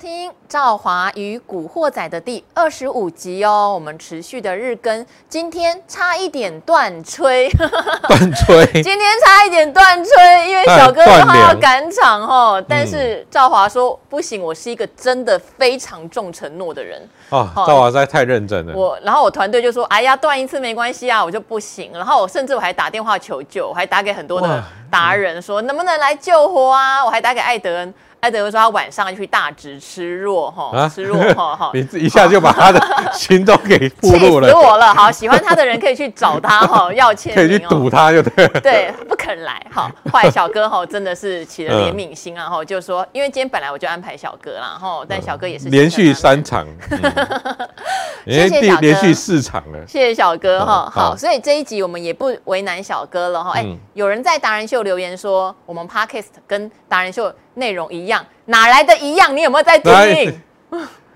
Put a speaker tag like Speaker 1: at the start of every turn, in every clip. Speaker 1: 听《赵华与古惑仔》的第二十五集哦，我们持续的日更，今天差一点断 吹，
Speaker 2: 断吹，
Speaker 1: 今天差一点断吹，因为小哥
Speaker 2: 哎断
Speaker 1: 他要
Speaker 2: 粮嗯
Speaker 1: 赶场哦。但是赵华说不行，我是一个真的非常重承诺的人。
Speaker 2: 哦，
Speaker 1: 好
Speaker 2: 赵华实在太认真了。
Speaker 1: 我，然后我团队就说：“哎呀，断一次没关系啊，我就不行。”然后我甚至我还打电话求救，我还打给很多的
Speaker 2: 哇
Speaker 1: 达人说：“能不能来救火啊？”我还打给艾德恩，艾德恩说他晚上要去大直吃肉哈，
Speaker 2: 啊。
Speaker 1: 吃肉哈哈
Speaker 2: 你一下就把他的行踪给暴
Speaker 1: 气
Speaker 2: 露
Speaker 1: 死
Speaker 2: 了，
Speaker 1: 我了！好，喜欢他的人可以去找他哈，要签
Speaker 2: 可以去
Speaker 1: 名哦。
Speaker 2: 堵他就对了。
Speaker 1: 对，不肯来，好，坏小哥哈，真的是起了怜悯心
Speaker 2: 嗯
Speaker 1: 啊哈，就说，因为今天本来我就安排小哥啦哈，但小哥也是
Speaker 2: 连续
Speaker 1: 行程安排
Speaker 2: 三场，嗯
Speaker 1: 谢
Speaker 2: 连
Speaker 1: 谢
Speaker 2: 第
Speaker 1: 小哥
Speaker 2: 连续四场了。
Speaker 1: 谢谢小哥哈，
Speaker 2: 嗯
Speaker 1: 好，
Speaker 2: 好
Speaker 1: 所以这一集我们也不为难小哥了哈。哎、
Speaker 2: 嗯
Speaker 1: 有人在达人秀留言说，我们 podcast 跟达人秀内容一样，哪来的一样？你有没有在听？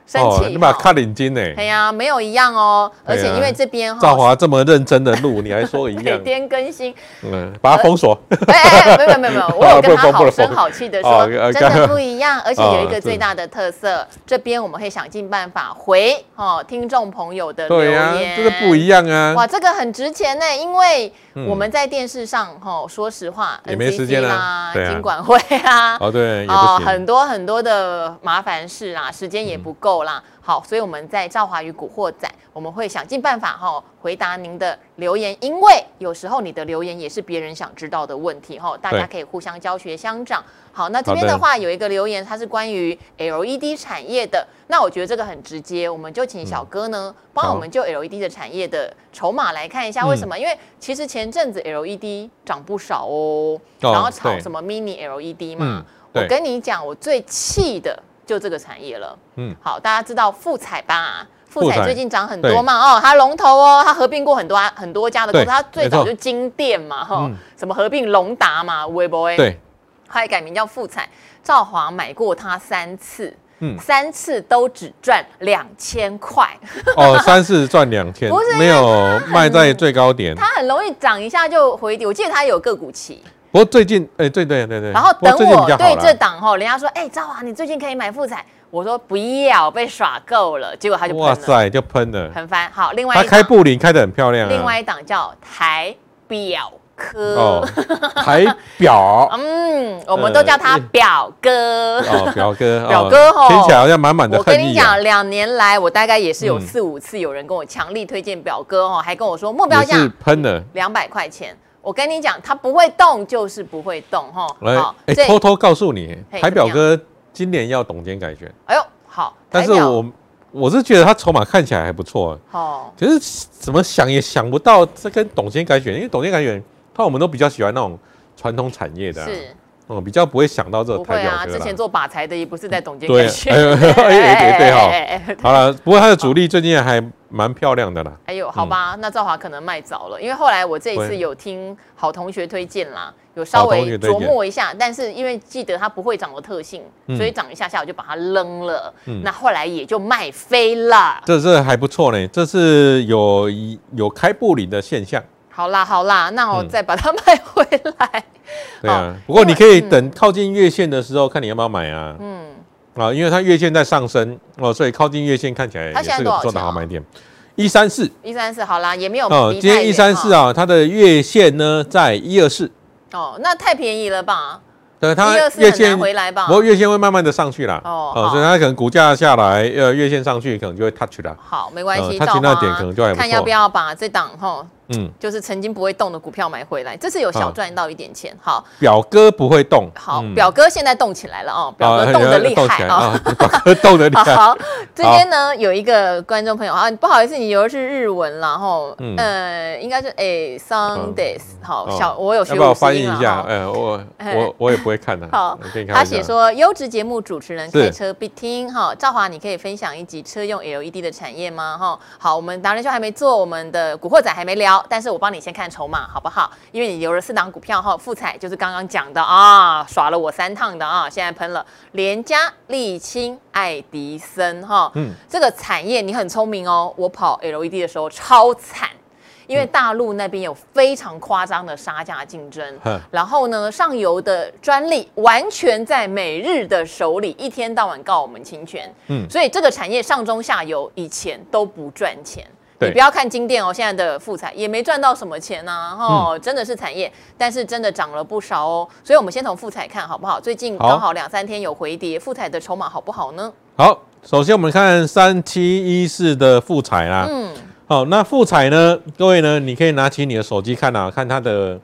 Speaker 1: 生气、
Speaker 2: 哦你把
Speaker 1: 哈
Speaker 2: 卡领巾呢？
Speaker 1: 哎呀，没有一样哦，而
Speaker 2: 对啊
Speaker 1: 且因为这边
Speaker 2: 赵
Speaker 1: 哈。
Speaker 2: 华这么认真的录，你还说一
Speaker 1: 每
Speaker 2: 样？
Speaker 1: 天更新，
Speaker 2: 嗯，把它封锁。
Speaker 1: 哎哎哎，没有 没有没有，我有跟他
Speaker 2: 啊不能不
Speaker 1: 好
Speaker 2: 能
Speaker 1: 声好气的说，
Speaker 2: 哦呃
Speaker 1: 真的
Speaker 2: 刚
Speaker 1: 不一样，而且有一个
Speaker 2: 哦
Speaker 1: 最大的特色，这边我们会想尽办法回哦听众朋友的留
Speaker 2: 对呀，
Speaker 1: 言，
Speaker 2: 这个不一样啊
Speaker 1: 哇，。这个很值钱呢，因为
Speaker 2: 嗯
Speaker 1: 我们在电视上吼，说实话
Speaker 2: 也没时间
Speaker 1: NCC 啦
Speaker 2: 啊，对啊
Speaker 1: 金管会啊，
Speaker 2: 哦，对，也不
Speaker 1: 哦，
Speaker 2: 行
Speaker 1: 很。多很多的麻烦事啦，时间也不够啦。
Speaker 2: 嗯
Speaker 1: 好，所以我们在《赵华与古惑仔》，我们会想尽办法哈、回答您的留言，因为有时候你的留言也是别人想知道的问题哈、大家
Speaker 2: 对
Speaker 1: 可以互相教学相长。好，那这
Speaker 2: 好
Speaker 1: 边的
Speaker 2: 的
Speaker 1: 话有一个留言，它是关于
Speaker 2: 嗯
Speaker 1: LED 产业的。那我觉得这个很直接，我们就请小哥呢帮我
Speaker 2: 好
Speaker 1: 们就 LED 的产业的筹码来看一
Speaker 2: 嗯
Speaker 1: 下，为什么？因为其实前阵子 LED 涨不少哦，
Speaker 2: 哦
Speaker 1: 然后炒
Speaker 2: 对
Speaker 1: 什么 Mini E LED 嘛，
Speaker 2: 嗯
Speaker 1: 我
Speaker 2: 对
Speaker 1: 跟你讲，我最气的就这个产业了。嗯
Speaker 2: 嗯，
Speaker 1: 好，大家知道富彩吧？富
Speaker 2: 富
Speaker 1: 彩
Speaker 2: 彩
Speaker 1: 最近涨很多嘛，哦，它龙头哦，它合并过很多啊很多家的公司，
Speaker 2: 对
Speaker 1: 它最早
Speaker 2: 没错
Speaker 1: 就金店嘛，哈
Speaker 2: 嗯，
Speaker 1: 什么合并龙达嘛，微博哎，，
Speaker 2: 对，
Speaker 1: 后来改名叫富彩。赵华买过它三次，
Speaker 2: 嗯
Speaker 1: 三次都只赚两千块，
Speaker 2: 哦，三四赚两 千
Speaker 1: 不是因，为
Speaker 2: 没有卖在最高点。
Speaker 1: 它很容易涨一下就回跌。我记得它有个股期，
Speaker 2: 不过最近，哎，对对对对。
Speaker 1: 然后
Speaker 2: 不
Speaker 1: 等
Speaker 2: 过最近
Speaker 1: 我
Speaker 2: 比较
Speaker 1: 对
Speaker 2: 好
Speaker 1: 这
Speaker 2: 啦，
Speaker 1: 档吼，人家说，哎、赵华，你最近可以买富彩，我说不要，被耍够了，结果他就喷
Speaker 2: 哇
Speaker 1: 了，
Speaker 2: 塞，就喷了。
Speaker 1: 很烦。好，另外
Speaker 2: 他
Speaker 1: 一档
Speaker 2: 开布林开的很漂亮啊。
Speaker 1: 另外一档叫台表科，
Speaker 2: 哦，台表
Speaker 1: 嗯，我们都叫他
Speaker 2: 呃
Speaker 1: 表哥。
Speaker 2: 哦，表哥，哦
Speaker 1: 表哥吼
Speaker 2: 听起来好像满满的
Speaker 1: 我跟
Speaker 2: 恨
Speaker 1: 你
Speaker 2: 意啊
Speaker 1: 讲，。两年来我大概也是有
Speaker 2: 嗯
Speaker 1: 四五次有人跟我强力推荐表哥哦，还跟我说目标
Speaker 2: 也
Speaker 1: 价
Speaker 2: 是喷了，
Speaker 1: 两百块钱。我跟你讲，它不会动就是不会动哈。
Speaker 2: 来
Speaker 1: 好，，
Speaker 2: 哎，
Speaker 1: 这
Speaker 2: 偷偷告诉你
Speaker 1: 哦嘿，
Speaker 2: 台
Speaker 1: 怎么
Speaker 2: 表
Speaker 1: 样
Speaker 2: 哥今年要董监改选，
Speaker 1: 哎呦好，
Speaker 2: 但是
Speaker 1: 台表
Speaker 2: 我我是觉得他筹码看起来还不错，啊
Speaker 1: 哦。
Speaker 2: 可是怎么想也想不到这跟董监改选，因为董监改选，他我们都比较喜欢那种传统产业的啊，
Speaker 1: 是
Speaker 2: 哦，比较不会想到这
Speaker 1: 不
Speaker 2: 个台
Speaker 1: 会
Speaker 2: 表
Speaker 1: 啊，
Speaker 2: 哥
Speaker 1: 之前
Speaker 2: 啦。
Speaker 1: 做把财的也不是在董监
Speaker 2: 对
Speaker 1: 会去。
Speaker 2: 哎呦哎哎哎对哈
Speaker 1: 哎哎
Speaker 2: 好了，不过他的主力最近还蛮漂亮的啦，
Speaker 1: 哎呦，好吧，那赵华可能卖早了，因为后来我这一次
Speaker 2: 对
Speaker 1: 有听好同学推荐啦，有稍
Speaker 2: 好同
Speaker 1: 微
Speaker 2: 学推
Speaker 1: 琢
Speaker 2: 荐
Speaker 1: 磨一下，但是因为记得它不会涨的特性，
Speaker 2: 嗯
Speaker 1: 所以涨一下下我就把它扔了，
Speaker 2: 嗯
Speaker 1: 那后来也就卖飞了。
Speaker 2: 这这还不错呢，这是有有开布林的现象。
Speaker 1: 好啦好啦，那我
Speaker 2: 嗯
Speaker 1: 再把它卖回来。
Speaker 2: 对啊
Speaker 1: 哦，
Speaker 2: 不过
Speaker 1: 因为
Speaker 2: 你可以等靠近月线的时候看你要不要买啊。
Speaker 1: 嗯，
Speaker 2: 啊，因为它月线在上升哦，所以靠近月线看起来
Speaker 1: 它
Speaker 2: 也
Speaker 1: 现在
Speaker 2: 是个不错
Speaker 1: 多少钱
Speaker 2: 的
Speaker 1: 啊
Speaker 2: 好买点。一三四
Speaker 1: 一三四好啦，也没有
Speaker 2: 哦，
Speaker 1: 离
Speaker 2: 今
Speaker 1: 太
Speaker 2: 天一三四
Speaker 1: 远
Speaker 2: 啊，它的月线呢在一二四，
Speaker 1: 哈，哦，那太便宜了吧？
Speaker 2: 对，它
Speaker 1: 一二四
Speaker 2: 月
Speaker 1: 很难
Speaker 2: 线，
Speaker 1: 回来吧
Speaker 2: 不？过月线会慢慢的上去啦。
Speaker 1: 哦
Speaker 2: 哦
Speaker 1: 好，
Speaker 2: 所以它可能股价下来，呃，月线上去可能就会 touch 啦。
Speaker 1: 好，没关系，
Speaker 2: 呃它
Speaker 1: 赵
Speaker 2: 去那
Speaker 1: 华
Speaker 2: 点可能就还不错
Speaker 1: 看要不要把这档吼
Speaker 2: 嗯，
Speaker 1: 就是曾经不会动的股票买回来，这次有小赚到一点钱。好
Speaker 2: 表哥不会动，
Speaker 1: 好，
Speaker 2: 啊嗯
Speaker 1: 表哥现在动起来了
Speaker 2: 啊
Speaker 1: 哦，表哥动得厉
Speaker 2: 动起
Speaker 1: 害
Speaker 2: 来
Speaker 1: 啊。
Speaker 2: 啊，表哥动得厉害。
Speaker 1: 好，这边呢有一个观众朋友啊，不好意思，你留的是日文啦，然后
Speaker 2: 嗯
Speaker 1: 呃，应该是哎 Sundays，好
Speaker 2: 哦
Speaker 1: 小我有学
Speaker 2: 要不要
Speaker 1: 五
Speaker 2: 翻
Speaker 1: 十
Speaker 2: 译
Speaker 1: 音啊
Speaker 2: 一
Speaker 1: 啦
Speaker 2: 下？
Speaker 1: 哈
Speaker 2: 呃，我
Speaker 1: 哎
Speaker 2: 我我也不会看的。
Speaker 1: 好
Speaker 2: 我给你，看
Speaker 1: 他
Speaker 2: 一下
Speaker 1: 写说优质节目主持人
Speaker 2: 是
Speaker 1: 开车必听哈。赵华，你可以分享一集车用 LED 的产业吗？哈，好，我们达人秀还没做，我们的古惑仔还没聊，但是我帮你先看筹码好不好？因为你留了四档股票哈，富彩就是刚刚讲的啊，耍了我三趟的啊，现在喷了联家、沥青、爱迪生哈。嗯
Speaker 2: 嗯，
Speaker 1: E 这个产业你很聪明哦，我跑 LED 的时候超惨。因
Speaker 2: 嗯
Speaker 1: 为大陆那边有非常夸张的杀价竞争。
Speaker 2: 哼
Speaker 1: 然后呢，上游的专利完全在美日的手里，一天到晚告我们侵权。
Speaker 2: 嗯
Speaker 1: 所以这个产业上中下游以前都不赚钱。
Speaker 2: 对
Speaker 1: 你不要看金店哦，现在的富彩也没赚到什么钱呐、啊，
Speaker 2: 嗯
Speaker 1: 哦，真的是产业，但是真的涨了不少哦。所以我们先从富彩看好不好？最近
Speaker 2: 好啊
Speaker 1: 刚好两三天有回跌，富彩的筹码好不好呢？
Speaker 2: 好，首先我们看三七一四的富彩啦。
Speaker 1: 嗯，
Speaker 2: 好，那富彩呢，各位呢，你可以拿起你的手机看啊，看它的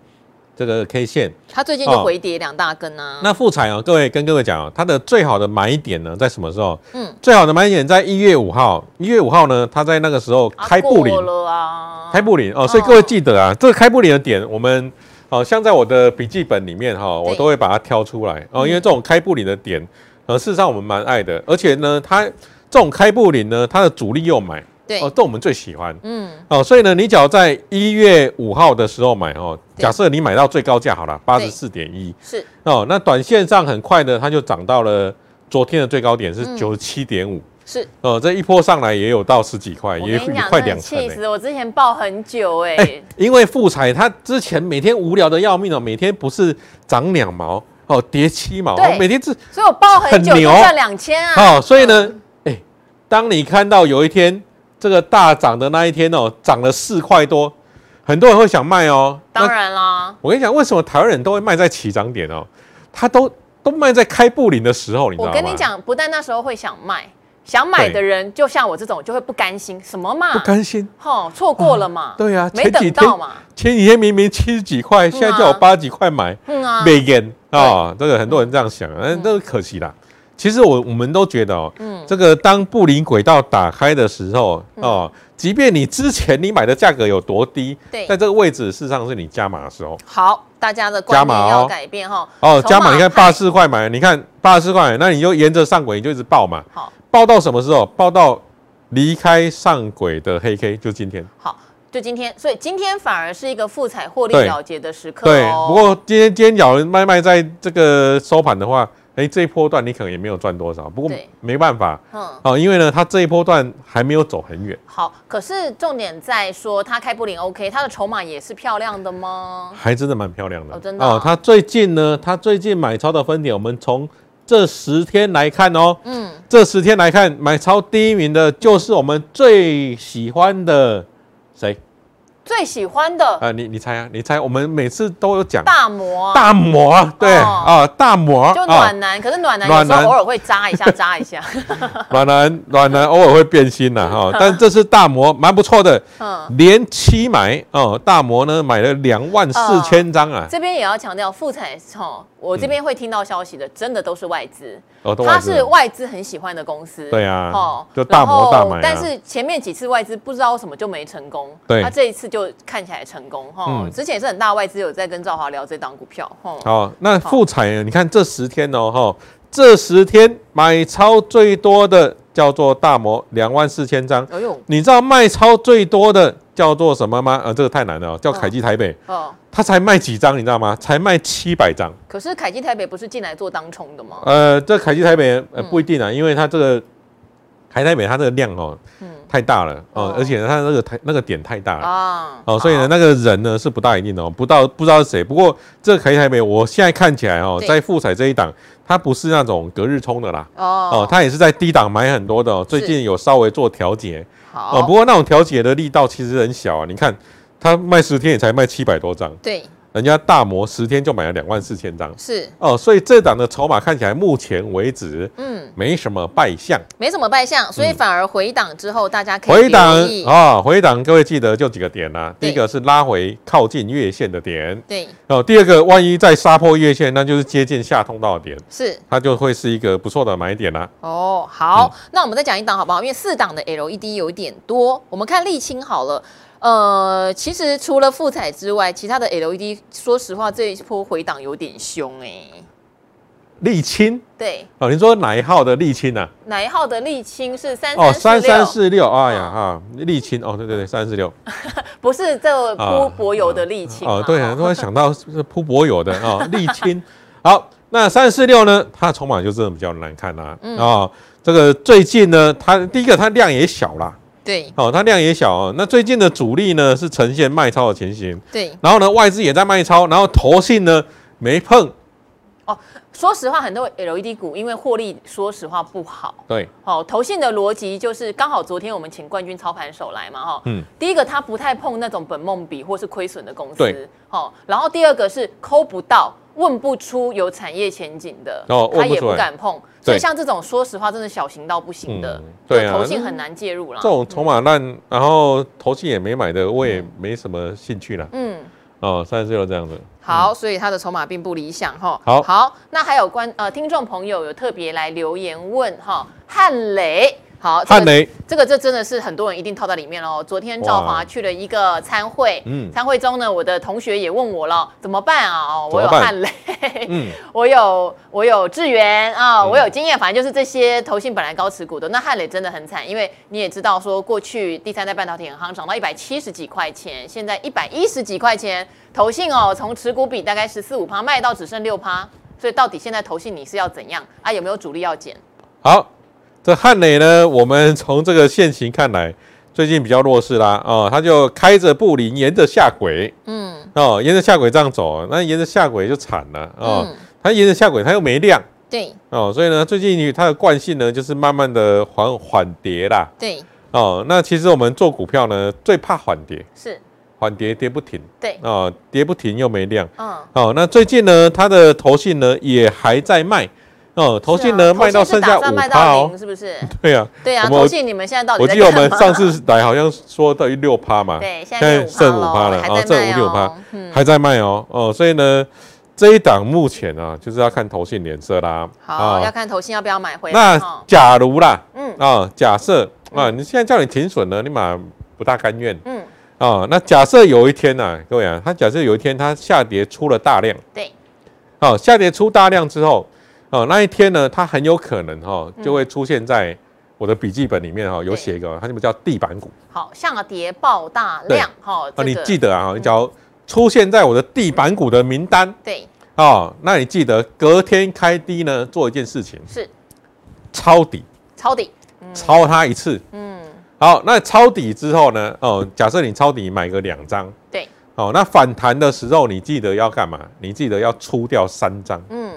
Speaker 2: 这个 K 线。
Speaker 1: 它最近就回跌两大根啊。
Speaker 2: 啊那富彩哦，各位跟各位讲哦，它的最好的买点呢，在什么时候？
Speaker 1: 嗯，
Speaker 2: 最好的买点在一月五号，一月五号呢，它在那个时候
Speaker 1: 啊
Speaker 2: 开布林，
Speaker 1: 过了啊，
Speaker 2: 开布林哦，所以
Speaker 1: 嗯
Speaker 2: 各位记得啊，这个开布林的点，我们好、哦、像在我的笔记本里面哈、我
Speaker 1: 对嗯
Speaker 2: 都会把它挑出来哦，因为这种开布林的点，呃，事实上我们蛮爱的，而且呢，它这种开布林呢，它的主力又买
Speaker 1: 对，
Speaker 2: 哦，这我们最喜欢
Speaker 1: 嗯，
Speaker 2: 哦，所以呢，你只要在一月五号的时候买哦，
Speaker 1: 对
Speaker 2: 假设你买到最高价好了，八十四点一
Speaker 1: 是
Speaker 2: 哦，那短线上很快的它就涨到了昨天的最高点是
Speaker 1: 嗯
Speaker 2: 九十七点五。
Speaker 1: 是，
Speaker 2: 哦，这一波上来也有到十几块，
Speaker 1: 我
Speaker 2: 也
Speaker 1: 跟
Speaker 2: 也
Speaker 1: 你讲，
Speaker 2: 快
Speaker 1: 真的
Speaker 2: 两成、
Speaker 1: 气
Speaker 2: 欸。
Speaker 1: 死我！之前报很久哎、
Speaker 2: 哎、因为富彩它之前每天无聊的要命哦，每天不是涨两毛哦，跌七毛，
Speaker 1: 对嗯
Speaker 2: 哦每天是
Speaker 1: 所以我报很久
Speaker 2: 很
Speaker 1: 就
Speaker 2: 牛
Speaker 1: 赚两千啊。
Speaker 2: 哦，所以呢，哎、当你看到有一天这个大涨的那一天哦，涨了四块多，很多人会想卖哦。那
Speaker 1: 当然啦，
Speaker 2: 我跟你讲，为什么台湾人都会卖在起涨点哦？他都都卖在开布林的时候，你知道
Speaker 1: 我
Speaker 2: 吗？
Speaker 1: 跟你，讲，不但那时候会想卖，想买的人就像我这种就会不甘心，什么嘛
Speaker 2: 不，甘心。
Speaker 1: 吼，错过了嘛，
Speaker 2: 对啊
Speaker 1: 没
Speaker 2: 前几
Speaker 1: 等
Speaker 2: 天
Speaker 1: 到嘛，
Speaker 2: 前几天明明七十几块，
Speaker 1: 啊
Speaker 2: 现在叫我八十几块买，
Speaker 1: 嗯啊，
Speaker 2: 被淹啊，这个很多人这样想，但这个可惜啦。其实我我们都觉得哦，
Speaker 1: 嗯
Speaker 2: 这个当布林轨道打开的时候哦，即便你之前你买的价格有多低，
Speaker 1: 对
Speaker 2: 在这个位置事实上是你加码的时候
Speaker 1: 好，大家的观
Speaker 2: 加码
Speaker 1: 念
Speaker 2: 哦
Speaker 1: 要改变哈。
Speaker 2: 哦，
Speaker 1: 筹
Speaker 2: 加码你看
Speaker 1: 派
Speaker 2: 八十四块买，你看八十四块买，那你就沿着上轨你就一直报嘛，
Speaker 1: 好
Speaker 2: 报到什么时候？报到离开上轨的黑 K 就今天。
Speaker 1: 好，就今天，所以今天反而是一个富彩获利
Speaker 2: 对
Speaker 1: 了结的时刻
Speaker 2: 对，
Speaker 1: 哦。
Speaker 2: 不过今天今天咬人卖卖在这个收盘的话，哎，这一波段你可能也没有赚多少，不过
Speaker 1: 对
Speaker 2: 没办法。
Speaker 1: 嗯。
Speaker 2: 哦，因为呢，它这一波段还没有走很远，
Speaker 1: 好，可是重点在说它开布林 OK，它的筹码也是漂亮的吗？
Speaker 2: 还真的蛮漂亮的。
Speaker 1: 哦哦真的啊
Speaker 2: 它最近呢，它最近买超的分点，我们从这十天来看哦，
Speaker 1: 嗯，
Speaker 2: 这十天来看，买超第一名的就是我们最喜欢的谁
Speaker 1: 最喜欢的
Speaker 2: 啊、你你猜啊，你猜，我们每次都有讲
Speaker 1: 大魔啊
Speaker 2: 大魔啊，对
Speaker 1: 哦
Speaker 2: 啊、大魔啊
Speaker 1: 就暖男，可是暖男有时
Speaker 2: 暖
Speaker 1: 候
Speaker 2: 男
Speaker 1: 偶尔会扎一下， 扎一下。
Speaker 2: 暖男暖男偶尔会变心呐、哈、但这次大魔蛮不错的，
Speaker 1: 嗯，
Speaker 2: 连期买哦、大魔呢买了两万四千张啊，
Speaker 1: 这边也要强调，富彩哦，我这边会听到消息的，真的都是外资，
Speaker 2: 哦，都
Speaker 1: 它
Speaker 2: 完事
Speaker 1: 是
Speaker 2: 了
Speaker 1: 外资很喜欢的公司。
Speaker 2: 对啊，
Speaker 1: 哦
Speaker 2: 就大摩大
Speaker 1: 然后
Speaker 2: 买、啊，
Speaker 1: 但是前面几次外资不知道为什么就没成功，
Speaker 2: 对
Speaker 1: 他这一次就看起来成功哈、哦
Speaker 2: 嗯
Speaker 1: 之前也是很大外资有在跟赵华聊这档股票哈、哦
Speaker 2: 好，那富彩呢你看这十天哦，哈，这十天买超最多的叫做大摩两万四千张，
Speaker 1: 哎呦，
Speaker 2: 你知道卖超最多的叫做什么吗？呃，这个太难了
Speaker 1: 嗯
Speaker 2: 哦，叫凯基台北，
Speaker 1: 哦，
Speaker 2: 它才卖几张，你知道吗？才卖七百张。
Speaker 1: 可是凯基台北不是进来做当冲的吗？
Speaker 2: 呃，这凯基台北呃
Speaker 1: 嗯
Speaker 2: 不一定啊，因为它这个凯基台北它这个量哦
Speaker 1: 嗯
Speaker 2: 太大了哦
Speaker 1: 哦，
Speaker 2: 而且它那个台那个点太大了。
Speaker 1: 啊，
Speaker 2: 哦，所以呢，那个人呢是不大一定的哦，不到不知道是谁。不过这个凯台北，我现在看起来哦，
Speaker 1: 对
Speaker 2: 在富彩这一档，它不是那种隔日冲的啦，
Speaker 1: 好，哦
Speaker 2: 哦，它也是在低档买很多的哦，
Speaker 1: 是
Speaker 2: 最近有稍微做调节
Speaker 1: 好，
Speaker 2: 哦。不过那种调节的力道其实很小啊，你看它卖十天也才卖七百多张，
Speaker 1: 对，
Speaker 2: 人家大摩十天就买了两万四千张
Speaker 1: 是，
Speaker 2: 哦，所以这档的筹码看起来目前为止
Speaker 1: 嗯，
Speaker 2: 没什么败相。
Speaker 1: 没什么败相，所以反而回档之后，大家可以
Speaker 2: 嗯回档
Speaker 1: 留意
Speaker 2: 啊、哦，回档，各位记得就几个点啦、第一
Speaker 1: 对
Speaker 2: 个是拉回靠近月线的点。
Speaker 1: 对，
Speaker 2: 哦，第二个，万一再杀破月线，那就是接近下通道的点，
Speaker 1: 是
Speaker 2: 它就会是一个不错的买点啦、
Speaker 1: 哦，好，
Speaker 2: 嗯
Speaker 1: 那我们再讲一档好不好？因为四档的 LED 有点多，我们看沥青好了。呃，其实除了富彩之外，其他的 LED，说实话，这一波回档有点凶哎、
Speaker 2: 沥青
Speaker 1: 对，
Speaker 2: 哦，你说哪一号的沥青啊？
Speaker 1: 哪一号的沥青是三
Speaker 2: 哦，
Speaker 1: 三
Speaker 2: 三
Speaker 1: 四
Speaker 2: 三
Speaker 1: 六？
Speaker 2: 四六，哎呀啊，沥青哦，对对对，三四六
Speaker 1: 不是这
Speaker 2: 啊
Speaker 1: 铺柏油的沥青
Speaker 2: 哦
Speaker 1: 嘛，
Speaker 2: 对啊，突然想到是铺柏油的 啊，哦沥青。好，那三四六呢？它的筹嗯码就真的比较难看啦、啊。哦，这个最近呢，它第一个它量也小啦，
Speaker 1: 对
Speaker 2: 哦，它量也小哦。那最近的主力呢是呈现卖超的情形，
Speaker 1: 对，
Speaker 2: 然后呢外资也在卖超，然后投信呢没碰，
Speaker 1: 说实话，很多 LED 股因为获利，说实话不好。
Speaker 2: 对，
Speaker 1: 好、投信的逻辑就是，刚好昨天我们请冠军操盘手来嘛，哈、
Speaker 2: 嗯
Speaker 1: 第一个他不太碰那种本梦比或是亏损的公
Speaker 2: 对
Speaker 1: 司，好、然后第二个是抠不到、问不出有产业前景的，
Speaker 2: 哦
Speaker 1: 他
Speaker 2: 问不
Speaker 1: 也
Speaker 2: 出来
Speaker 1: 不敢碰。所以
Speaker 2: 对
Speaker 1: 像这种，说实话，真的小型到不行的，
Speaker 2: 嗯对啊
Speaker 1: 投信很难介入啦
Speaker 2: 这。种筹码烂，然后投信也没买的，我也没什么兴趣啦。
Speaker 1: 嗯，
Speaker 2: 哦，三十六这样子，
Speaker 1: 好，所以他的筹码并不理想哈。
Speaker 2: 嗯好
Speaker 1: 好，那还有关呃听众朋友有特别来留言问哈，汉雷，好，这个
Speaker 2: 汉雷，
Speaker 1: 这个这真的是很多人一定套在里面喽。昨天赵华
Speaker 2: 哇
Speaker 1: 去了一个参会，
Speaker 2: 嗯
Speaker 1: 参会中呢，我的同学也问我了，怎么办啊？哦，我有
Speaker 2: 怎么办
Speaker 1: 汉雷，
Speaker 2: 嗯，
Speaker 1: 我有我有智源啊，
Speaker 2: 嗯
Speaker 1: 我有经验，反正就是这些投信本来高持股的。那汉磊真的很惨，因为你也知道说，过去第三代半导体很夯，涨到一百七十几块钱，现在一百一十几块钱，投信哦，从持股比大概十四五趴卖到只剩六趴，所以到底现在投信你是要怎样啊？有没有主力要减？
Speaker 2: 好，这汉磊呢，我们从这个现形看来，最近比较弱势啦，哦，它就开着布林沿着下轨，
Speaker 1: 嗯
Speaker 2: 哦，沿着下轨这样走，那沿着下轨就惨了，哦，
Speaker 1: 嗯，
Speaker 2: 它沿着下轨它又没量。
Speaker 1: 对
Speaker 2: 哦，所以呢，最近它的惯性呢，就是慢慢的缓缓跌啦。
Speaker 1: 对
Speaker 2: 哦，那其实我们做股票呢，最怕缓跌，
Speaker 1: 是，
Speaker 2: 缓跌跌不停，
Speaker 1: 对，
Speaker 2: 哦，跌不停又没量。
Speaker 1: 嗯。
Speaker 2: 哦，那最近呢，它的投信呢也还在卖，哦，投信呢、
Speaker 1: 是啊
Speaker 2: 卖到剩下
Speaker 1: 投信是打算
Speaker 2: 五
Speaker 1: 卖
Speaker 2: 趴
Speaker 1: 到
Speaker 2: 哦
Speaker 1: 零，，是不 是？
Speaker 2: 对啊，
Speaker 1: 对啊，
Speaker 2: 我们
Speaker 1: 投信你们现在到底
Speaker 2: 我
Speaker 1: 在
Speaker 2: 记得我
Speaker 1: 干嘛？
Speaker 2: 们上次来好像说到六趴 嘛，
Speaker 1: 对，现
Speaker 2: 现在
Speaker 1: 在
Speaker 2: 剩
Speaker 1: 五
Speaker 2: 五
Speaker 1: 趴
Speaker 2: 趴
Speaker 1: 了，
Speaker 2: 了
Speaker 1: 还
Speaker 2: 哦
Speaker 1: 在
Speaker 2: 剩
Speaker 1: 卖
Speaker 2: 五六
Speaker 1: 哦
Speaker 2: 趴，
Speaker 1: 嗯，
Speaker 2: 还在卖哦，哦，所以呢，这一档目前啊，就是要看投信脸色啦。
Speaker 1: 好，
Speaker 2: 哦
Speaker 1: 要看哦投信要不要买回来
Speaker 2: 那
Speaker 1: 哈。
Speaker 2: 假如啦，
Speaker 1: 嗯
Speaker 2: 啊，假设啊，你现在叫你停损呢，你马不大甘愿
Speaker 1: 嗯，
Speaker 2: 啊。那假设有一天呐、各位啊，它假设有一天它下跌出了大量，
Speaker 1: 对，
Speaker 2: 啊，下跌出大量之后，啊，那一天呢，它很有可能哈、就会出现在我的笔记本里
Speaker 1: 嗯
Speaker 2: 面哈、哦有写一个，它那么叫地板股
Speaker 1: 好，下跌爆大量哈，
Speaker 2: 啊，
Speaker 1: 这
Speaker 2: 你
Speaker 1: 个嗯
Speaker 2: 记得啊，你只要出现在我的地板股的名单
Speaker 1: 对
Speaker 2: 啊，那你记得隔天开低呢，做一件事情，
Speaker 1: 是
Speaker 2: 抄底，
Speaker 1: 抄底，
Speaker 2: 抄它一次。
Speaker 1: 嗯，
Speaker 2: 好，那抄底之后呢？哦，假设你抄底买个两张，
Speaker 1: 对，
Speaker 2: 哦，那反弹的时候你记得要干嘛？你记得要出掉三张
Speaker 1: 嗯，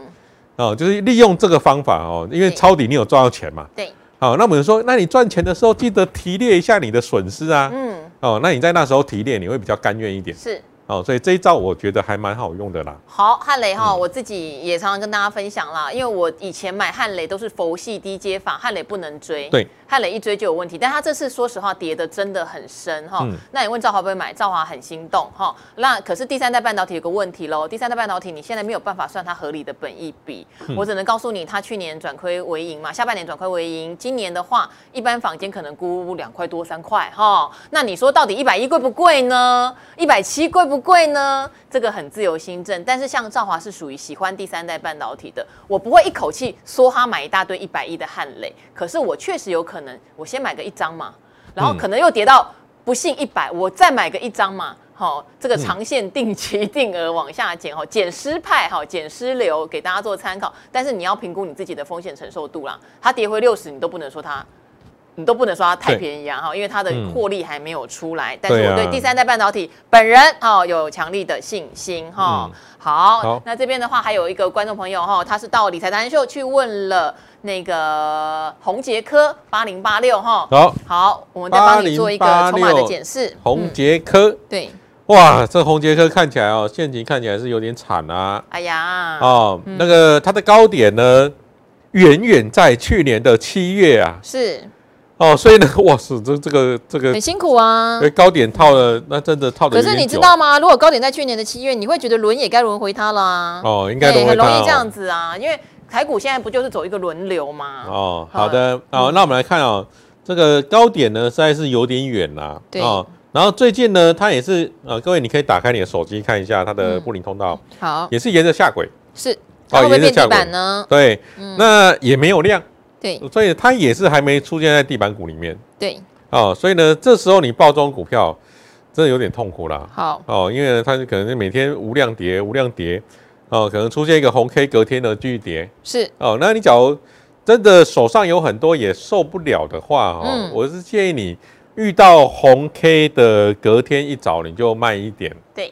Speaker 2: 哦，就是利用这个方法哦，因为
Speaker 1: 对
Speaker 2: 抄底你有赚到钱嘛。
Speaker 1: 对，
Speaker 2: 好、那我们说，那你赚钱的时候记得提列一下你的损失啊。
Speaker 1: 嗯，
Speaker 2: 哦，那你在那时候提列，你会比较甘愿一点
Speaker 1: 是。
Speaker 2: 哦。所以这一招我觉得还蛮好用的啦。
Speaker 1: 好，汉雷
Speaker 2: 嗯
Speaker 1: 哈，我自己也常常跟大家分享啦，因为我以前买汉雷都是佛系低阶法，汉雷不能追，
Speaker 2: 对，
Speaker 1: 汉雷一追就有问题。但他这次说实话跌的真的很深哈、
Speaker 2: 嗯
Speaker 1: 那你问赵华会不会买，赵华很心动哈。那可是第三代半导体有个问题喽，第三代半导体你现在没有办法算它合理的本益比，
Speaker 2: 嗯
Speaker 1: 我只能告诉你它去年转亏为盈嘛，下半年转亏为盈，今年的话一般坊间可能估两块多三块哈。那你说到底一百一贵不贵呢？一百七贵不贵呢？这个很自由新政，但是像赵华是属于喜欢第三代半导体的，我不会一口气梭哈买一大堆一百一的汉雷，可是我确实有可能我先买个一张嘛。然
Speaker 2: 嗯
Speaker 1: 后可能又跌到不信一百，我再买个一张嘛。好、这
Speaker 2: 嗯
Speaker 1: 个长线定期定额往下减，哈、减失派，哈、减失流给大家做参考。但是你要评估你自己的风险承受度啦。它跌回六十，你都不能说它，你都不能说它太
Speaker 2: 对
Speaker 1: 便宜啊，哈，因为它的
Speaker 2: 嗯
Speaker 1: 获利还没有出来。但是
Speaker 2: 对
Speaker 1: 我对
Speaker 2: 啊
Speaker 1: 第三代半导体本人，哈、有强力的信心，哈、
Speaker 2: 嗯
Speaker 1: 好，
Speaker 2: 好
Speaker 1: 那这边的话还有一个观众朋友哈、他是到理财达人秀去问了那个红杰科八零八六哈，
Speaker 2: 好，
Speaker 1: 好，我们再帮你做一个筹码的检视。
Speaker 2: 红
Speaker 1: 嗯
Speaker 2: 杰科，
Speaker 1: 对，
Speaker 2: 哇，这红杰科看起来哦，现形看起来是有点惨啊。
Speaker 1: 哎呀，
Speaker 2: 哦，那个它的高点呢，远远在去年的七月啊，
Speaker 1: 是
Speaker 2: 哦，所以呢， 哇塞，这这个这个
Speaker 1: 很辛苦啊
Speaker 2: 呃。高点套了，那真的套的
Speaker 1: 可
Speaker 2: 有
Speaker 1: 是
Speaker 2: 点久。啊
Speaker 1: 你知道吗？如果高点在去年的七月，你会觉得轮也该轮回它了啊。
Speaker 2: 哦，应
Speaker 1: 对，
Speaker 2: 该都会
Speaker 1: 很
Speaker 2: 套
Speaker 1: 容易
Speaker 2: 哦
Speaker 1: 这样子啊，因为台股现在不就是走一个轮流吗？
Speaker 2: 哦。
Speaker 1: 啊好
Speaker 2: 好的，哦，那我们来看哦，这个高点呢实在是有点远啦。
Speaker 1: 对
Speaker 2: 哦，然后最近呢，它也是呃，各位你可以打开你的手机看一下它的
Speaker 1: 嗯
Speaker 2: 布林通道，
Speaker 1: 好，
Speaker 2: 也哦是沿着下轨。
Speaker 1: 是它会不会变地板呢？
Speaker 2: 对，那也没有量，
Speaker 1: 对
Speaker 2: 所以它也是还没出现在地板股里面。
Speaker 1: 对，
Speaker 2: 哦，所以呢，这时候你报中股票，真的有点痛苦啦。
Speaker 1: 好，
Speaker 2: 哦，因为呢它可能是每天无量跌，无量跌，哦，可能出现一个红 K，隔天呢继续跌。
Speaker 1: 是
Speaker 2: 哦，那你假如真的手上有很多也受不了的话，哦，
Speaker 1: 嗯
Speaker 2: 我是建议你遇到红 K 的隔天一早你就卖一点
Speaker 1: 对，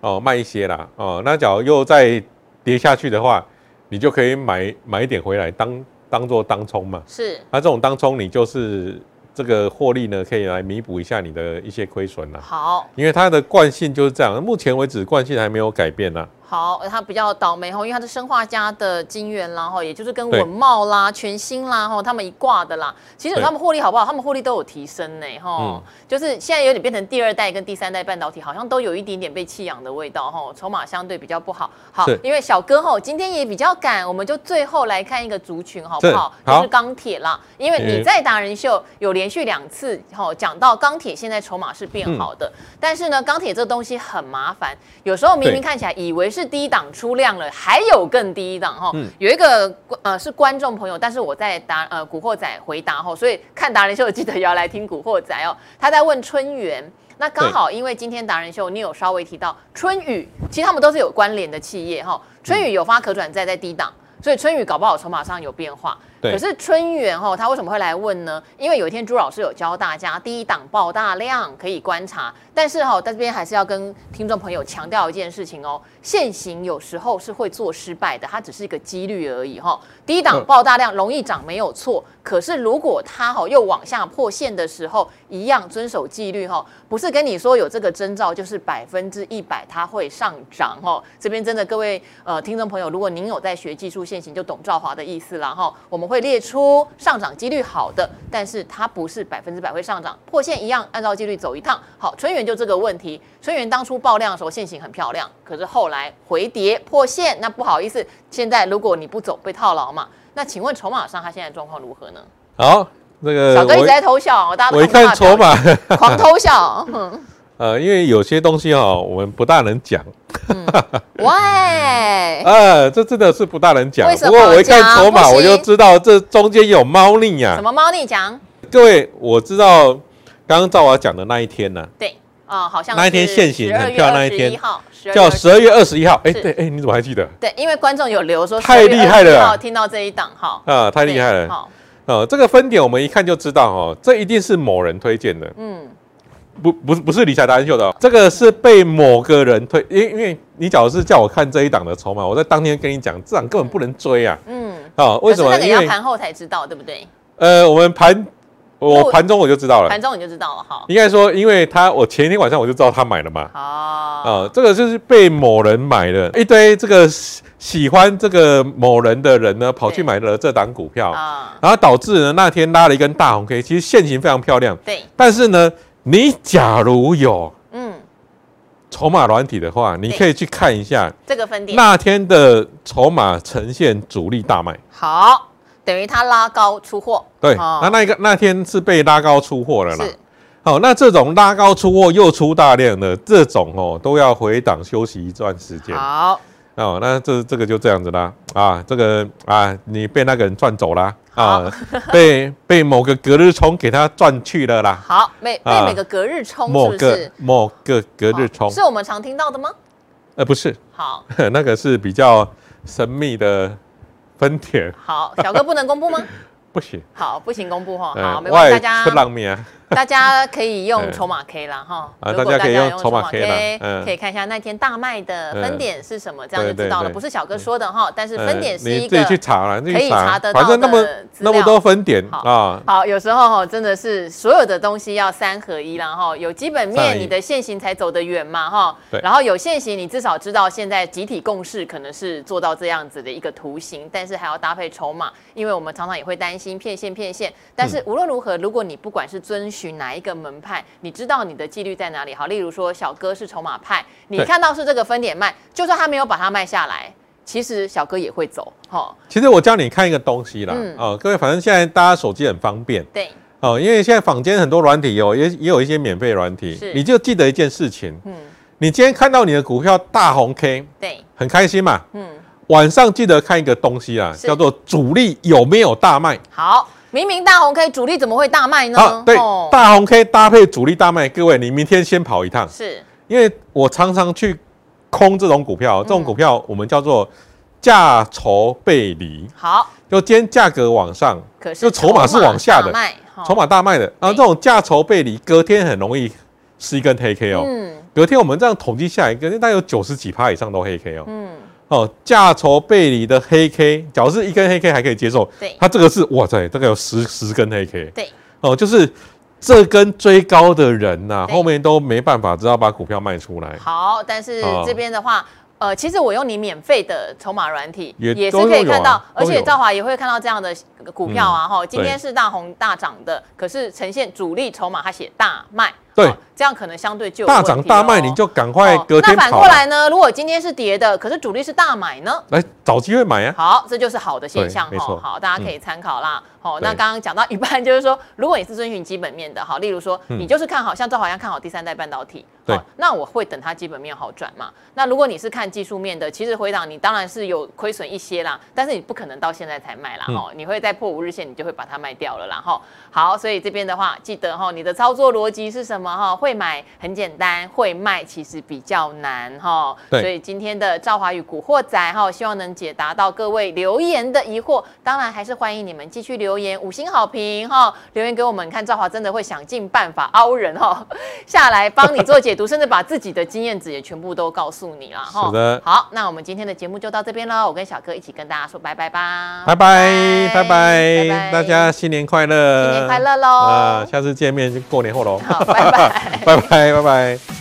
Speaker 2: 哦，卖一些啦哦。那假如又再跌下去的话，你就可以买买一点回来当当做当冲嘛。
Speaker 1: 是
Speaker 2: 那、这种当冲你就是这个获利呢，可以来弥补一下你的一些亏损啦。
Speaker 1: 好
Speaker 2: 因为它的惯性就是这样，目前为止惯性还没有改变啦。
Speaker 1: 好，它比较倒霉吼，因为它是生化家的金源啦吼，也就是跟
Speaker 2: 对
Speaker 1: 文茂啦、全新啦吼，他们一挂的啦。其实
Speaker 2: 对嗯
Speaker 1: 他们获利好不好？他们获利都有提升呢吼，就是现在有点变成第二代跟第三代半导体，好像都有一点点被弃养的味道吼，筹码相对比较不好。好
Speaker 2: 是，
Speaker 1: 因为小哥吼今天也比较赶，我们就最后来看一个族群好不
Speaker 2: 是
Speaker 1: 好？
Speaker 2: 好
Speaker 1: 就是钢铁啦，因为你
Speaker 2: 嗯
Speaker 1: 在达人秀有连续两次吼讲到钢铁现在筹码是变好
Speaker 2: 嗯
Speaker 1: 的，但是呢，钢铁这东西很麻烦，有时候明明
Speaker 2: 对
Speaker 1: 看起来以为是低档出量了，还有更低档哈。
Speaker 2: 嗯
Speaker 1: 有一个呃是观众朋友，但是我在答呃古惑仔回答哈，所以看达人秀记得也要来听古惑仔哦。他在问春元，那刚好因为今天达人秀你有稍微提到春雨，其实他们都是有关联的企业哈。春雨有发可转债在低档，所以春雨搞不好筹码上有变化。
Speaker 2: 对
Speaker 1: 可是春元哦，他为什么会来问呢？因为有一天朱老师有教大家，第一档爆大量可以观察，但是哈、在这边还是要跟听众朋友强调一件事情哦，现行有时候是会做失败的，它只是一个几率而已哈、第一档
Speaker 2: 嗯
Speaker 1: 爆大量容易涨没有错，可是如果它哈、又往下破线的时候，一样遵守纪律哈、不是跟你说有这个征兆就是百分之一百它会上涨哈、这边真的各位呃听众朋友，如果您有在学技术线型，就懂赵华的意思了哈、我们会列出上涨几率好的，但是它不是百分之百会上涨，破线一样按照纪律走一趟。好，春元就这个问题，春元当初爆量的时候线型很漂亮，可是后来回跌破线，那不好意思，现在如果你不走被套牢嘛。那请问筹码上它现在状况如何呢？
Speaker 2: 好，这个
Speaker 1: 小哥一直
Speaker 2: 我
Speaker 1: 在偷笑，大家都
Speaker 2: 呃我一
Speaker 1: 看
Speaker 2: 看
Speaker 1: 不到
Speaker 2: 筹
Speaker 1: 他的表
Speaker 2: 码，
Speaker 1: 情，狂偷 笑。嗯
Speaker 2: 呃，因为有些东西哦，我们不大能讲，
Speaker 1: 喂，
Speaker 2: 呃，这真的是不大能讲
Speaker 1: 哎为。什么
Speaker 2: 不过我一看筹
Speaker 1: 讲啊
Speaker 2: 码，
Speaker 1: 不行
Speaker 2: 我就知道这中间有猫腻
Speaker 1: 什
Speaker 2: 啊。
Speaker 1: 么猫腻讲？
Speaker 2: 各位，我知道刚刚赵华讲的那一天呢、
Speaker 1: 对啊，好像
Speaker 2: 那一天现行很漂亮那一天
Speaker 1: 天
Speaker 2: 叫十二月二十一号。哎，
Speaker 1: 是
Speaker 2: 对，哎，你怎么还记得？
Speaker 1: 对，因为观众有留说
Speaker 2: 太厉害了
Speaker 1: 12听到这一档哈，
Speaker 2: 啊，太厉害
Speaker 1: 对
Speaker 2: 了！
Speaker 1: 好，
Speaker 2: 呃，这个分点我们一看就知道哦，这一定是某人推荐的，
Speaker 1: 嗯，
Speaker 2: 不，不是，不是理财达人秀的哦，这个是被某个人推。因因为你假如是叫我看这一档的筹码，我在当天跟你讲，这档根本不能追啊！
Speaker 1: 嗯，
Speaker 2: 啊，为什
Speaker 1: 可
Speaker 2: 么？
Speaker 1: 是那个也
Speaker 2: 因
Speaker 1: 要
Speaker 2: 为
Speaker 1: 盘后才知道，对不对？
Speaker 2: 呃，我们盘我盘中我就知道了
Speaker 1: 盘，中你就知道了哈。
Speaker 2: 应该说，因为他我前一天晚上我就知道他买了嘛，
Speaker 1: 好，
Speaker 2: 啊，这个就是被某人买的，一堆这个喜喜欢这个某人的人呢，跑去
Speaker 1: 对
Speaker 2: 买了这档股票，
Speaker 1: 啊，
Speaker 2: 然后导致呢那天拉了一根大红 K，其实线型非常漂亮，
Speaker 1: 对，
Speaker 2: 但是呢，你假如有
Speaker 1: 嗯，
Speaker 2: 筹码软体的话，你
Speaker 1: 对
Speaker 2: 可以去看一下
Speaker 1: 这个分点
Speaker 2: 那天的筹码呈现主力大卖。
Speaker 1: 好，等于他拉高出货，
Speaker 2: 对，
Speaker 1: 哦
Speaker 2: 那那一个那天是被拉高出货了啦。
Speaker 1: 是
Speaker 2: 好、那这种拉高出货又出大量的这种哦，都要回档休息一段时间。
Speaker 1: 好，
Speaker 2: 哦，那这这个就这样子啦，啊，这个啊，你被那个人赚走啦，啊，被被某个隔日冲给他赚去了啦，
Speaker 1: 好，每被
Speaker 2: 啊
Speaker 1: 每个隔日冲
Speaker 2: 某
Speaker 1: 是不
Speaker 2: 个
Speaker 1: 是？
Speaker 2: 某个隔日冲
Speaker 1: 好，是我们常听到的吗？
Speaker 2: 呃，不是，
Speaker 1: 好，
Speaker 2: 那个是比较神秘的分点，
Speaker 1: 好，小哥不能公布 吗？
Speaker 2: 不行，
Speaker 1: 好，不行公布哈，
Speaker 2: 呃
Speaker 1: 哦好，没关系，大
Speaker 2: 我也
Speaker 1: 家
Speaker 2: 不浪面啊，
Speaker 1: 大家可以用
Speaker 2: 嗯
Speaker 1: 筹码 K 啦哈，
Speaker 2: 啊
Speaker 1: 如果
Speaker 2: 大家可以
Speaker 1: 有
Speaker 2: 用筹码 K 啦嗯
Speaker 1: 可以看一下那天大卖的分点是什么，这样就
Speaker 2: 对
Speaker 1: 知道了，
Speaker 2: 对对
Speaker 1: 不是小哥说的哈，但是分点是
Speaker 2: 呃
Speaker 1: 一
Speaker 2: 你自己去
Speaker 1: 个。
Speaker 2: 查了，你
Speaker 1: 可
Speaker 2: 自
Speaker 1: 以
Speaker 2: 己
Speaker 1: 查
Speaker 2: 查
Speaker 1: 得，到
Speaker 2: 反正那么
Speaker 1: 的资料
Speaker 2: 那么多分点
Speaker 1: 好
Speaker 2: 啊，
Speaker 1: 好，有时候哈，真的是所有的东西要三合一啦哈，有基本
Speaker 2: 三合
Speaker 1: 面
Speaker 2: 一
Speaker 1: 你的现行才走得远嘛哈
Speaker 2: 对，
Speaker 1: 然后有现行你至少知道现在集体共识可能是做到这样子的一个图形，但是还要搭配筹码，因为我们常常也会担心骗线骗线，但是无论如何，如果你不管是遵循哪一个门派，你知道你的纪律在哪里，好，例如说小哥是筹码派，你
Speaker 2: 对
Speaker 1: 看到是这个分点卖，就算他没有把它卖下来，其实小哥也会走哈，
Speaker 2: 其实我教你看一个东西啦，
Speaker 1: 嗯
Speaker 2: 哦，各位，反正现在大家手机很方便。
Speaker 1: 对，
Speaker 2: 哦，因为现在坊间很多软体有，也也有一些免费软体
Speaker 1: 是，
Speaker 2: 你就记得一件事情，
Speaker 1: 嗯，
Speaker 2: 你今天看到你的股票大红 K，
Speaker 1: 对，
Speaker 2: 很开心嘛。
Speaker 1: 嗯。
Speaker 2: 晚上记得看一个东西啊，
Speaker 1: 是
Speaker 2: 叫做主力有没有大卖。
Speaker 1: 好，明明大红 K 主力怎么会大卖呢？
Speaker 2: 好，啊对
Speaker 1: 哦，
Speaker 2: 大红 K 搭配主力大卖，各位，你明天先跑一趟，
Speaker 1: 是嗯
Speaker 2: 因为我常常去空这种股票，这种股票我们叫做价筹背离，
Speaker 1: 好，
Speaker 2: 就今天价格往上，
Speaker 1: 可是
Speaker 2: 就筹码是往下的
Speaker 1: 大卖，哈
Speaker 2: 筹码大卖的，啊然后这种价筹背离，隔天很容易是一根黑 K 哦。
Speaker 1: 嗯
Speaker 2: 隔天我们这样统计下来，隔天大概有九十几趴以上都黑 K 哦。
Speaker 1: 嗯，
Speaker 2: 哦，价筹背离的黑 K，假如是一根黑 K 还可以接受，
Speaker 1: 对
Speaker 2: 它这个是哇塞，大概有十十根黑 K
Speaker 1: 对，
Speaker 2: 哦，就是这根追高的人呐、
Speaker 1: 对
Speaker 2: 后面都没办法，只好把股票卖出来。
Speaker 1: 好，但是
Speaker 2: 哦
Speaker 1: 这边的话。呃，其实我用你免费的筹码软体
Speaker 2: 也
Speaker 1: 也是
Speaker 2: 都
Speaker 1: 可以
Speaker 2: 有
Speaker 1: 看
Speaker 2: 啊
Speaker 1: 到，而
Speaker 2: 都
Speaker 1: 且
Speaker 2: 有嗯
Speaker 1: 赵华也会看到这样的股票啊，哈、今
Speaker 2: 对
Speaker 1: 天是大红大涨的，可是呈现主力筹码，它写大卖，
Speaker 2: 对
Speaker 1: 哦这样可能相对就有
Speaker 2: 大
Speaker 1: 问
Speaker 2: 涨
Speaker 1: 题
Speaker 2: 大卖，
Speaker 1: 咯
Speaker 2: 你就赶快
Speaker 1: 哦
Speaker 2: 隔天
Speaker 1: 那反
Speaker 2: 跑
Speaker 1: 过
Speaker 2: 啊、
Speaker 1: 来呢？如果今天是跌的，可是主力是大买呢？
Speaker 2: 来找机会买啊。
Speaker 1: 好，这就是好的现
Speaker 2: 对
Speaker 1: 象
Speaker 2: 没
Speaker 1: 哦。
Speaker 2: 错嗯
Speaker 1: 好，大家可以参考啦。好、
Speaker 2: 对
Speaker 1: 那刚刚讲到一半，就是说，如果你是遵循基本面的，好，例如说，
Speaker 2: 嗯
Speaker 1: 你就是看好像赵好像看好第三代半导体，
Speaker 2: 对
Speaker 1: 好那我会等它基本面好转嘛。那如果你是看技术面的，其实回档你当然是有亏损一些啦，但是你不可能到现在才卖啦，
Speaker 2: 嗯
Speaker 1: 哦，你会在破五日线，你就会把它卖掉了啦，哈。好，所以这边的话，记得哈，你的操作逻辑是什么哈？会买很简单，会卖其实比较难哈。
Speaker 2: 对
Speaker 1: 所以今天的赵华与古惑仔哈，希望能解答到各位留言的疑惑。当然，还是欢迎你们继续留言，五星好评哈，留言给我们看。赵华真的会想尽办法凹人哈， 下来帮你做解读，甚至把自己的经验值也全部都告诉你啦哈。
Speaker 2: 是的
Speaker 1: 好，那我们今天的节目就到这边了，我跟小哥一起跟大家说拜拜吧，
Speaker 2: 拜拜拜
Speaker 1: 拜
Speaker 2: 拜，大家新年快乐，
Speaker 1: 新年快乐喽
Speaker 2: 啊！下次见面就过年后喽，
Speaker 1: 好，拜拜。
Speaker 2: 拜拜拜拜。